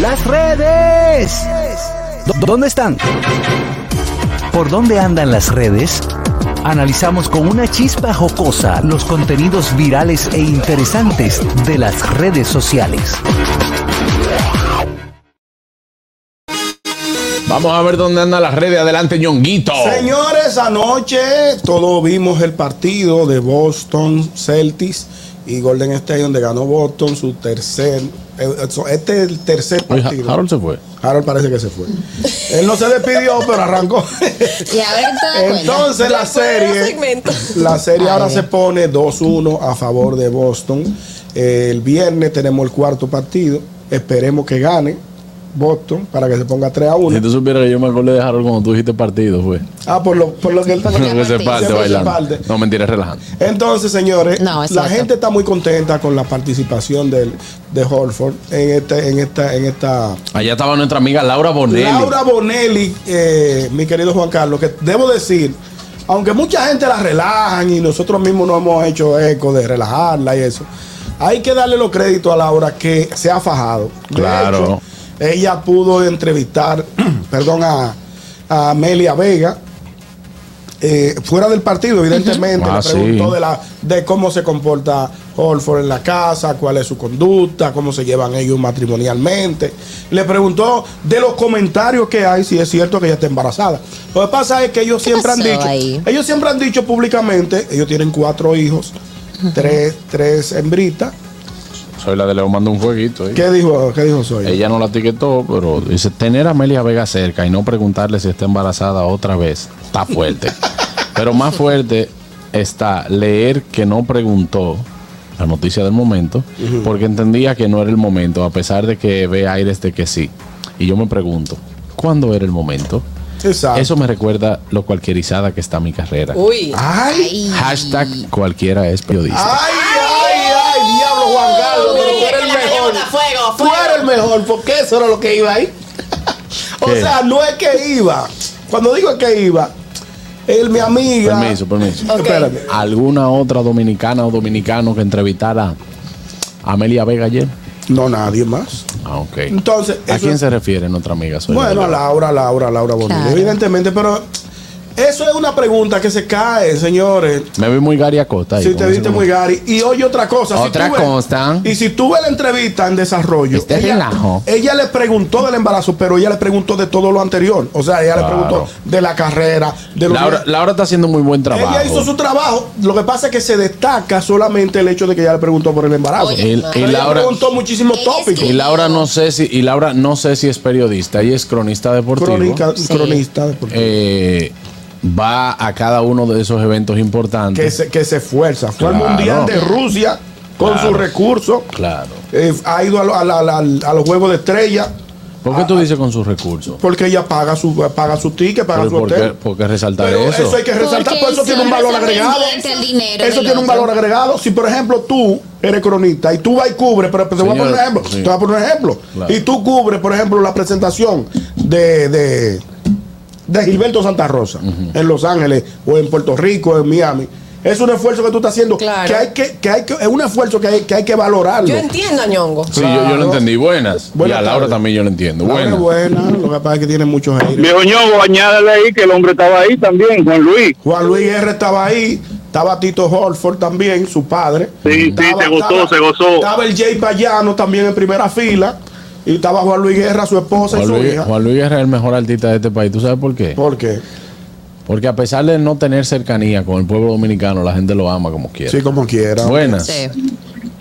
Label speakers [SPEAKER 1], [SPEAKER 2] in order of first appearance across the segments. [SPEAKER 1] Las redes. ¿Dónde están? ¿Por dónde andan las redes? Analizamos con una chispa jocosa los contenidos virales e interesantes de las redes sociales.
[SPEAKER 2] Vamos a ver dónde andan las redes. Adelante, ñonguito.
[SPEAKER 3] Señores, anoche todos vimos el partido de Boston Celtics y Golden State, donde ganó Boston su tercer. Este es el tercer
[SPEAKER 2] Oye, Ha-
[SPEAKER 3] partido.
[SPEAKER 2] Harold se fue.
[SPEAKER 3] Harold parece que se fue. Él no se despidió, pero arrancó.
[SPEAKER 4] Y a ver, ¿te das cuenta?
[SPEAKER 3] Entonces la
[SPEAKER 5] Después de los
[SPEAKER 3] serie,
[SPEAKER 5] segmentos.
[SPEAKER 3] la serie
[SPEAKER 4] A
[SPEAKER 3] ahora
[SPEAKER 4] ver.
[SPEAKER 3] se pone 2-1 a favor de Boston. El viernes tenemos el cuarto partido. Esperemos que gane Boston para que se ponga 3 a
[SPEAKER 2] Si
[SPEAKER 3] 1.
[SPEAKER 2] tú supieras que yo me acordé de Harold cuando tú dijiste partido, fue.
[SPEAKER 3] Ah, por lo, por lo que él está
[SPEAKER 4] Porque
[SPEAKER 2] Que se
[SPEAKER 4] aparte-
[SPEAKER 2] parte
[SPEAKER 3] Se fue, se
[SPEAKER 2] bailando.
[SPEAKER 3] parte.
[SPEAKER 2] No, mentira, relajando.
[SPEAKER 3] Entonces, señores,
[SPEAKER 4] No, es
[SPEAKER 3] la
[SPEAKER 4] cierto.
[SPEAKER 3] gente está muy contenta con la participación del, de Horford en este, en esta, en esta.
[SPEAKER 2] Allá estaba nuestra amiga Laura Bonelli.
[SPEAKER 3] Laura Bonelli, eh, mi querido Juan Carlos, que debo decir, aunque mucha gente la relajan y nosotros mismos no hemos hecho eco de relajarla y eso, hay que darle los créditos a Laura que se ha fajado. De
[SPEAKER 2] Claro.
[SPEAKER 3] hecho, ella pudo entrevistar, perdón, a, a Amelia Vega. eh, fuera del partido, evidentemente,
[SPEAKER 2] Ah,
[SPEAKER 3] le preguntó
[SPEAKER 2] sí.
[SPEAKER 3] de, la, de cómo se comporta Holford en la casa, cuál es su conducta, cómo se llevan ellos matrimonialmente. Le preguntó de los comentarios que hay, si es cierto que ella está embarazada. Lo que pasa es que ellos
[SPEAKER 4] ¿Qué
[SPEAKER 3] siempre han
[SPEAKER 4] pasó
[SPEAKER 3] dicho,
[SPEAKER 4] ahí?
[SPEAKER 3] ellos siempre han dicho públicamente, ellos tienen cuatro hijos, tres, tres hembritas.
[SPEAKER 2] Soy la de Leo, mando un jueguito. ahí.
[SPEAKER 3] ¿Qué dijo, qué dijo Zoe?
[SPEAKER 2] Ella no la etiquetó, pero dice: tener a Amelia Vega cerca y no preguntarle si está embarazada otra vez está fuerte. pero más fuerte está leer que no preguntó la noticia del momento porque entendía que no era el momento, a pesar de que ve aires de que sí. Y yo me pregunto: ¿cuándo era el momento?
[SPEAKER 3] Exacto.
[SPEAKER 2] Eso me recuerda lo cualquierizada que está mi carrera.
[SPEAKER 5] Uy.
[SPEAKER 3] Ah, Ay,
[SPEAKER 4] Y-
[SPEAKER 2] Hashtag cualquiera es
[SPEAKER 3] ay,
[SPEAKER 2] periodista.
[SPEAKER 3] ay, ay, diablo Juan Carlos, pero tú eres el mejor.
[SPEAKER 5] Fuego,
[SPEAKER 3] Tú eres el mejor, porque eso era lo que iba ahí. o
[SPEAKER 2] ¿Qué?
[SPEAKER 3] sea, no es que iba. Cuando digo que iba, él, mi amiga.
[SPEAKER 2] Permiso, permiso.
[SPEAKER 5] Ok.
[SPEAKER 3] Espérame.
[SPEAKER 2] ¿Alguna otra dominicana o dominicano que entrevistara a Amelia Vega ayer?
[SPEAKER 3] No, nadie más.
[SPEAKER 2] Ah, ok.
[SPEAKER 3] Entonces,
[SPEAKER 2] ¿A
[SPEAKER 3] eso
[SPEAKER 2] quién
[SPEAKER 3] es-
[SPEAKER 2] se refiere nuestra amiga? Soy
[SPEAKER 3] Bueno,
[SPEAKER 2] Amelia?
[SPEAKER 3] a Laura, Laura, Laura Bonilla.
[SPEAKER 4] Claro.
[SPEAKER 3] Evidentemente, pero eso es una pregunta que se cae, señores.
[SPEAKER 2] Me vi muy Gary Acosta. ahí,
[SPEAKER 3] Si
[SPEAKER 2] con
[SPEAKER 3] te
[SPEAKER 2] ese
[SPEAKER 3] viste
[SPEAKER 2] nombre.
[SPEAKER 3] muy Gary. Y oye otra cosa. si
[SPEAKER 2] Otra
[SPEAKER 3] tú ves-
[SPEAKER 2] cosa.
[SPEAKER 3] Y si tuve la entrevista en desarrollo.
[SPEAKER 2] Este relajo.
[SPEAKER 3] ella le preguntó del embarazo, pero ella le preguntó de todo lo anterior. O sea, ella le
[SPEAKER 2] Claro.
[SPEAKER 3] preguntó de la carrera, de los
[SPEAKER 2] Laura, Laura está haciendo muy buen trabajo.
[SPEAKER 3] Ella hizo su trabajo. Lo que pasa es que se destaca solamente el hecho de que ella le preguntó por el embarazo.
[SPEAKER 4] Oye,
[SPEAKER 2] Y- y
[SPEAKER 3] Pero ella
[SPEAKER 2] Laura,
[SPEAKER 3] preguntó muchísimos
[SPEAKER 4] Ella es
[SPEAKER 3] tópicos.
[SPEAKER 2] y Laura no sé si y Laura no sé si es periodista, ella es cronista deportivo.
[SPEAKER 3] Crónica-
[SPEAKER 4] Sí.
[SPEAKER 3] Cronista deportiva.
[SPEAKER 2] Eh, va a cada uno de esos eventos importantes.
[SPEAKER 3] que, se, que se esfuerza. Fue al
[SPEAKER 2] Eh. Claro.
[SPEAKER 3] Mundial de Rusia con
[SPEAKER 2] Claro.
[SPEAKER 3] sus recursos.
[SPEAKER 2] Claro.
[SPEAKER 3] Eh, ha ido a, lo- a la- a la- a los Juegos de Estrella
[SPEAKER 2] ¿Por qué
[SPEAKER 3] Ah,
[SPEAKER 2] tú dices con sus recursos?
[SPEAKER 3] porque ella paga su, paga su ticket, paga
[SPEAKER 2] Pero
[SPEAKER 3] su
[SPEAKER 2] ¿Por qué,
[SPEAKER 3] hotel.
[SPEAKER 2] por qué resaltar
[SPEAKER 3] Pero
[SPEAKER 2] eso?
[SPEAKER 3] eso hay que resaltar,
[SPEAKER 4] Porque
[SPEAKER 3] pues eso tiene un valor
[SPEAKER 4] siempre se
[SPEAKER 3] agregado.
[SPEAKER 4] invierte el dinero
[SPEAKER 3] Eso
[SPEAKER 4] del
[SPEAKER 3] tiene un
[SPEAKER 4] otro.
[SPEAKER 3] valor agregado. Si, por ejemplo, tú eres cronista y tú vas y cubres, pero te voy a poner un
[SPEAKER 2] Señor,
[SPEAKER 3] ejemplo.
[SPEAKER 2] sí.
[SPEAKER 3] Te voy a poner un ejemplo.
[SPEAKER 2] Claro.
[SPEAKER 3] Y tú cubres, por ejemplo, la presentación de, de, de Gilberto Santa Rosa en Los Ángeles o en Puerto Rico, en Miami. Es un esfuerzo que tú estás haciendo.
[SPEAKER 5] Claro.
[SPEAKER 3] Que hay que, que hay que, es un esfuerzo que hay que, hay que valorarlo.
[SPEAKER 5] Yo entiendo a Ñongo.
[SPEAKER 2] Sí, yo, yo lo
[SPEAKER 3] Claro.
[SPEAKER 2] entendí. Buenas.
[SPEAKER 3] Buenas
[SPEAKER 2] y a Laura
[SPEAKER 3] tardes.
[SPEAKER 2] también yo lo entiendo.
[SPEAKER 3] Laura es
[SPEAKER 2] Buenas.
[SPEAKER 3] buena, lo que pasa es que tiene muchos haters.
[SPEAKER 6] Viejo Ñongo, añádale ahí que el hombre estaba ahí también, Juan Luis.
[SPEAKER 3] Juan Luis R estaba ahí, estaba Tito Holford también, su padre.
[SPEAKER 6] Sí, sí, se gozó, se gozó.
[SPEAKER 3] Estaba el Jay Payano también en primera fila. Y estaba Juan Luis Guerra, su esposa
[SPEAKER 2] Juan
[SPEAKER 3] y su
[SPEAKER 2] Luis,
[SPEAKER 3] hija.
[SPEAKER 2] Juan Luis Guerra es el mejor artista de este país. ¿Tú sabes por qué?
[SPEAKER 3] ¿Por qué?
[SPEAKER 2] Porque a pesar de no tener cercanía con el pueblo dominicano, la gente lo ama como quiera.
[SPEAKER 3] Sí, como quiera.
[SPEAKER 2] Buenas.
[SPEAKER 4] Sí.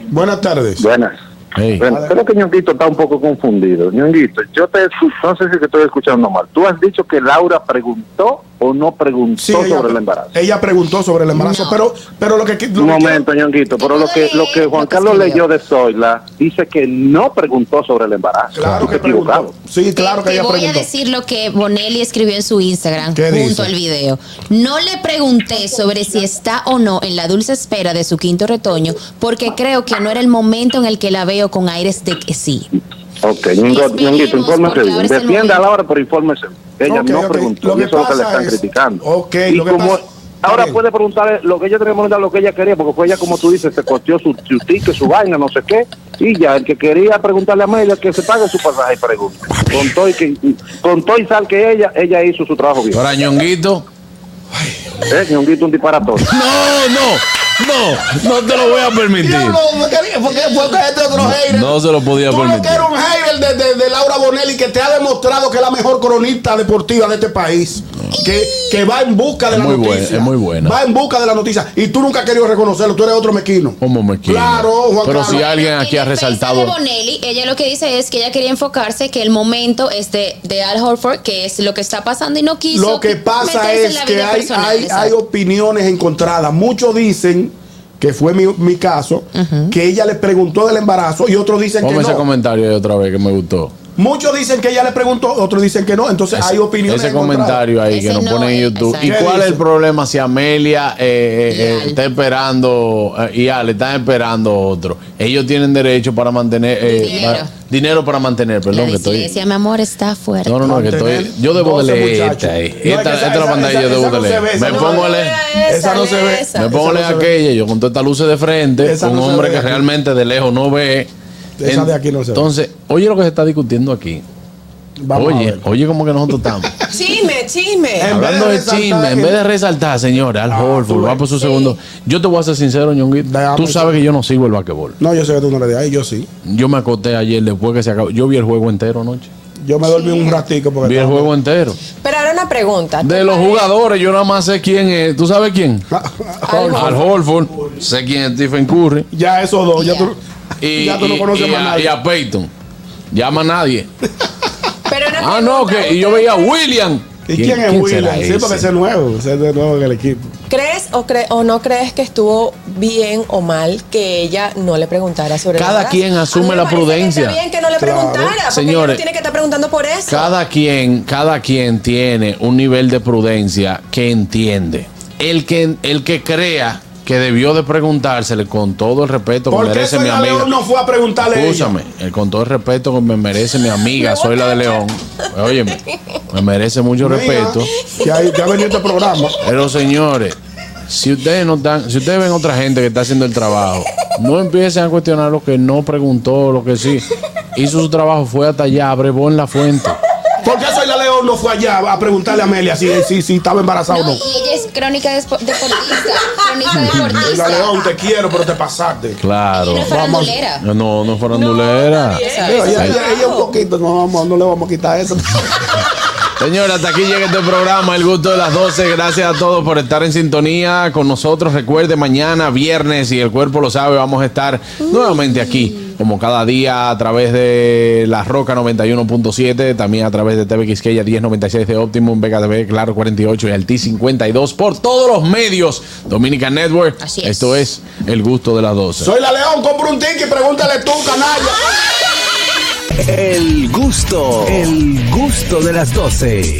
[SPEAKER 3] Buenas tardes.
[SPEAKER 6] Buenas.
[SPEAKER 2] Hey.
[SPEAKER 6] Bueno, creo que Ñonguito está un poco confundido. Ñonguito, yo te escu- no sé si te estoy escuchando mal. Tú has dicho que Laura preguntó o no preguntó
[SPEAKER 3] Sí,
[SPEAKER 6] sobre
[SPEAKER 3] ella,
[SPEAKER 6] el embarazo.
[SPEAKER 3] ella preguntó sobre el embarazo,
[SPEAKER 4] No.
[SPEAKER 3] pero, pero lo que. lo
[SPEAKER 6] Un
[SPEAKER 3] que-
[SPEAKER 6] momento, Ñonguito, pero lo que lo que Juan
[SPEAKER 4] Lo que
[SPEAKER 6] Carlos
[SPEAKER 4] escribió.
[SPEAKER 6] leyó de Zoila dice que no preguntó sobre el embarazo.
[SPEAKER 3] Claro que
[SPEAKER 6] Está equivocado.
[SPEAKER 3] preguntó. Sí, claro
[SPEAKER 4] Te-
[SPEAKER 3] que
[SPEAKER 4] te
[SPEAKER 3] ella
[SPEAKER 4] voy
[SPEAKER 3] preguntó.
[SPEAKER 4] a decir lo que Bonelli escribió en su Instagram
[SPEAKER 3] ¿Qué
[SPEAKER 4] junto
[SPEAKER 3] dice?
[SPEAKER 4] al video. No le pregunté sobre si está o no en la dulce espera de su quinto retoño porque creo que no era el momento en el que la veo con aires de que sí.
[SPEAKER 6] Ok, Ñongo-
[SPEAKER 4] Esperemos,
[SPEAKER 6] Ñonguito, infórmese
[SPEAKER 4] porque ahora
[SPEAKER 6] bien.
[SPEAKER 4] es el
[SPEAKER 6] Defienda a
[SPEAKER 4] momento.
[SPEAKER 6] Laura, pero infórmese. Ella
[SPEAKER 3] Ok,
[SPEAKER 6] no
[SPEAKER 3] ok.
[SPEAKER 6] preguntó.
[SPEAKER 3] Lo que
[SPEAKER 6] y eso es lo que le
[SPEAKER 3] pasa
[SPEAKER 6] están
[SPEAKER 3] es-
[SPEAKER 6] criticando.
[SPEAKER 3] ok,
[SPEAKER 6] y
[SPEAKER 3] lo que
[SPEAKER 6] como
[SPEAKER 3] pasa-
[SPEAKER 6] Ahora
[SPEAKER 3] bien.
[SPEAKER 6] puede preguntar eh, lo que ella tenía que preguntar, lo que ella quería, porque fue ella, como tú dices, se costeó su, su ticket, su vaina, no sé qué. Y ya, el que quería preguntarle a Amelia que se pague su pasaje y pregunte. Con todo y, que, con todo y sal que ella, ella hizo su trabajo
[SPEAKER 3] Ah.
[SPEAKER 6] bien.
[SPEAKER 2] Ahora, ñonguito.
[SPEAKER 6] ¿Eh? Ñonguito, un disparatón.
[SPEAKER 2] No, no, no, no te lo voy a permitir.
[SPEAKER 3] Diablo, porque- porque fue que este otro hater.
[SPEAKER 2] No se lo podía
[SPEAKER 3] Tú lo que
[SPEAKER 2] permitir.
[SPEAKER 3] eres un hater de, de- de Laura Bonelli que te ha demostrado que es la mejor cronista deportiva de este país. Que, que va en busca de
[SPEAKER 2] Es
[SPEAKER 3] la
[SPEAKER 2] muy
[SPEAKER 3] noticia.
[SPEAKER 2] buena, es muy buena.
[SPEAKER 3] Va en busca de la noticia. Y tú nunca has querido reconocerlo. Tú eres otro mequino.
[SPEAKER 2] ¿Cómo me quiero?
[SPEAKER 3] Claro, Juan
[SPEAKER 2] Pero
[SPEAKER 3] Carlos.
[SPEAKER 2] si alguien
[SPEAKER 4] Pero
[SPEAKER 2] aquí ha
[SPEAKER 4] en defensa de
[SPEAKER 2] resaltado.
[SPEAKER 4] Bonelli, ella lo que dice es que ella quería enfocarse que el momento es de, de Al Horford, que es lo que está pasando y no quiso.
[SPEAKER 3] Lo que pasa
[SPEAKER 4] meterse en
[SPEAKER 3] es
[SPEAKER 4] la
[SPEAKER 3] que
[SPEAKER 4] vida
[SPEAKER 3] hay,
[SPEAKER 4] personal,
[SPEAKER 3] hay,
[SPEAKER 4] exacto.
[SPEAKER 3] hay opiniones encontradas. Muchos dicen, que fue mi, mi caso, que ella le preguntó del embarazo y otros dicen
[SPEAKER 2] Ponme
[SPEAKER 3] que
[SPEAKER 2] ese
[SPEAKER 3] no.
[SPEAKER 2] comentario de otra vez que me gustó.
[SPEAKER 3] Muchos dicen que ella le preguntó, otros dicen que no. Entonces hay opiniones
[SPEAKER 2] Ese
[SPEAKER 3] encontradas.
[SPEAKER 2] comentario ahí que
[SPEAKER 4] Ese
[SPEAKER 2] nos
[SPEAKER 4] no
[SPEAKER 2] ponen en
[SPEAKER 4] es,
[SPEAKER 2] YouTube. ¿Y
[SPEAKER 4] exacto.
[SPEAKER 2] cuál es el
[SPEAKER 3] Dice.
[SPEAKER 2] problema si Amelia eh, eh, eh,
[SPEAKER 4] Leal.
[SPEAKER 2] está esperando eh, y ya le están esperando otro? Ellos tienen derecho para mantener eh,
[SPEAKER 4] Dinero.
[SPEAKER 2] para- dinero para mantener,
[SPEAKER 4] La
[SPEAKER 2] perdón, que estoy.
[SPEAKER 4] disidencia, mi amor, está fuerte.
[SPEAKER 2] No, no, no, que estoy. Yo debo de
[SPEAKER 3] Mantener
[SPEAKER 2] leer
[SPEAKER 3] 12
[SPEAKER 2] esta ahí.
[SPEAKER 3] muchachos.
[SPEAKER 2] Esta,
[SPEAKER 3] No, es que esa-
[SPEAKER 2] esta es la
[SPEAKER 3] esa-
[SPEAKER 2] pantalla
[SPEAKER 3] esa-
[SPEAKER 2] yo debo
[SPEAKER 3] esa
[SPEAKER 2] de
[SPEAKER 3] no
[SPEAKER 2] leer.
[SPEAKER 3] se ve, esa
[SPEAKER 2] Me
[SPEAKER 3] no
[SPEAKER 2] pongo a
[SPEAKER 3] se ve.
[SPEAKER 2] leer.
[SPEAKER 3] Esa no se ve.
[SPEAKER 2] Me pongo a
[SPEAKER 3] Esa
[SPEAKER 2] leer
[SPEAKER 3] no se ve.
[SPEAKER 2] aquella, yo con todas estas luces de frente,
[SPEAKER 3] Esa
[SPEAKER 2] un
[SPEAKER 3] no se
[SPEAKER 2] hombre
[SPEAKER 3] ve
[SPEAKER 2] que
[SPEAKER 3] aquí.
[SPEAKER 2] realmente de lejos no ve.
[SPEAKER 3] Esa de aquí no se ve.
[SPEAKER 2] Entonces, oye lo que se está discutiendo aquí.
[SPEAKER 3] Vamos a
[SPEAKER 2] oye,
[SPEAKER 3] ver.
[SPEAKER 2] oye como que nosotros estamos.
[SPEAKER 5] Chisme, chisme.
[SPEAKER 3] Eh, En vez
[SPEAKER 2] Hablando
[SPEAKER 3] de
[SPEAKER 2] de
[SPEAKER 3] resaltar
[SPEAKER 2] chisme, en
[SPEAKER 3] el-
[SPEAKER 2] vez de resaltar, señores, al
[SPEAKER 3] Ah, tú
[SPEAKER 2] Horford, va
[SPEAKER 3] ves.
[SPEAKER 2] por su segundo. Yo te voy a ser sincero, Ñonguito.
[SPEAKER 3] Déjame
[SPEAKER 2] Tú
[SPEAKER 3] ser.
[SPEAKER 2] sabes que yo no sigo el basquetbol.
[SPEAKER 3] No, yo sé que tú no le das ahí, yo sí.
[SPEAKER 2] Yo me acosté ayer después que se acabó. Yo vi el juego entero anoche.
[SPEAKER 3] Yo me dormí un ratico porque
[SPEAKER 2] Vi el
[SPEAKER 3] estaba-
[SPEAKER 2] juego entero.
[SPEAKER 5] Pero ahora una pregunta.
[SPEAKER 2] De los jugadores, yo nada más sé quién es. ¿Tú sabes quién? Al Horford. Sé quién es Stephen Curry.
[SPEAKER 3] Ya esos dos, ya
[SPEAKER 4] Ya.
[SPEAKER 3] tú,
[SPEAKER 2] Y,
[SPEAKER 3] ya tú no
[SPEAKER 2] y-
[SPEAKER 3] conoces
[SPEAKER 2] y
[SPEAKER 3] más
[SPEAKER 2] a,
[SPEAKER 3] nadie.
[SPEAKER 2] y a Peyton. Llama a nadie.
[SPEAKER 5] Pero una
[SPEAKER 2] Ah, no,
[SPEAKER 5] pregunta,
[SPEAKER 2] que y yo
[SPEAKER 5] ¿ustedes
[SPEAKER 2] veía a William.
[SPEAKER 3] ¿Y quién, es
[SPEAKER 2] será
[SPEAKER 3] William? Sí,
[SPEAKER 2] ese?
[SPEAKER 3] porque ese es nuevo, ese es de nuevo en el equipo.
[SPEAKER 5] ¿Crees o, cre- o no crees que estuvo bien o mal que ella no le preguntara sobre el
[SPEAKER 2] Cada
[SPEAKER 5] embarazo?
[SPEAKER 2] quien asume
[SPEAKER 5] A mí me
[SPEAKER 2] la
[SPEAKER 5] parece que
[SPEAKER 2] prudencia.
[SPEAKER 5] Está bien que no le
[SPEAKER 3] Claro.
[SPEAKER 5] preguntara, porque Señores,
[SPEAKER 2] Señores,
[SPEAKER 5] no tiene que estar preguntando por eso.
[SPEAKER 2] Cada quien, cada quien tiene un nivel de prudencia que entiende. El que, el que crea que debió de preguntársele con todo el respeto que
[SPEAKER 3] ¿Por qué
[SPEAKER 2] merece
[SPEAKER 3] ese
[SPEAKER 2] mi amiga.
[SPEAKER 3] León no fue a preguntarle a ella?
[SPEAKER 2] Escúchame, eh, con todo el respeto que me merece mi amiga,
[SPEAKER 5] Me
[SPEAKER 2] soy la de
[SPEAKER 5] voy a
[SPEAKER 2] León. Pues, Óyeme, me merece mucho
[SPEAKER 3] Mira,
[SPEAKER 2] respeto.
[SPEAKER 3] Que ahí ya venía este programa.
[SPEAKER 2] Pero señores, si ustedes no están, si ustedes ven otra gente que está haciendo el trabajo, no empiecen a cuestionar lo que no preguntó, lo que sí. Hizo su trabajo, fue hasta allá, abrevó en la fuente.
[SPEAKER 3] ¿Por qué Soy la León no fue allá a preguntarle a Amelia si, si, si estaba embarazada
[SPEAKER 4] No,
[SPEAKER 3] o no?
[SPEAKER 4] y ella es crónica despo- deportista. crónica
[SPEAKER 3] Soyla
[SPEAKER 4] deportista.
[SPEAKER 3] León, te quiero, pero te pasaste.
[SPEAKER 2] Claro.
[SPEAKER 4] Ella no es farandulera.
[SPEAKER 2] No, no es farandulera.
[SPEAKER 5] está
[SPEAKER 3] Pero
[SPEAKER 5] bien.
[SPEAKER 3] ella,
[SPEAKER 5] Ay.
[SPEAKER 3] ella- ella un poquito, no, vamos, no le vamos a quitar eso.
[SPEAKER 2] Señora, hasta aquí llega este programa, El Gusto de las 12. Gracias a todos por estar en sintonía con nosotros. Recuerde, mañana, viernes, si el cuerpo lo sabe, vamos a estar nuevamente aquí, como cada día, a través de La Roca 91.7, también a través de TV Quisqueya 1096 de Optimum, Vega TV, Claro 48 y Alti 52, por todos los medios. Dominica Network.
[SPEAKER 4] Así es.
[SPEAKER 2] Esto es El Gusto de las 12.
[SPEAKER 3] Soy la León, compra un ticket y pregúntale tú, canalla.
[SPEAKER 1] El gusto, el gusto de las 12.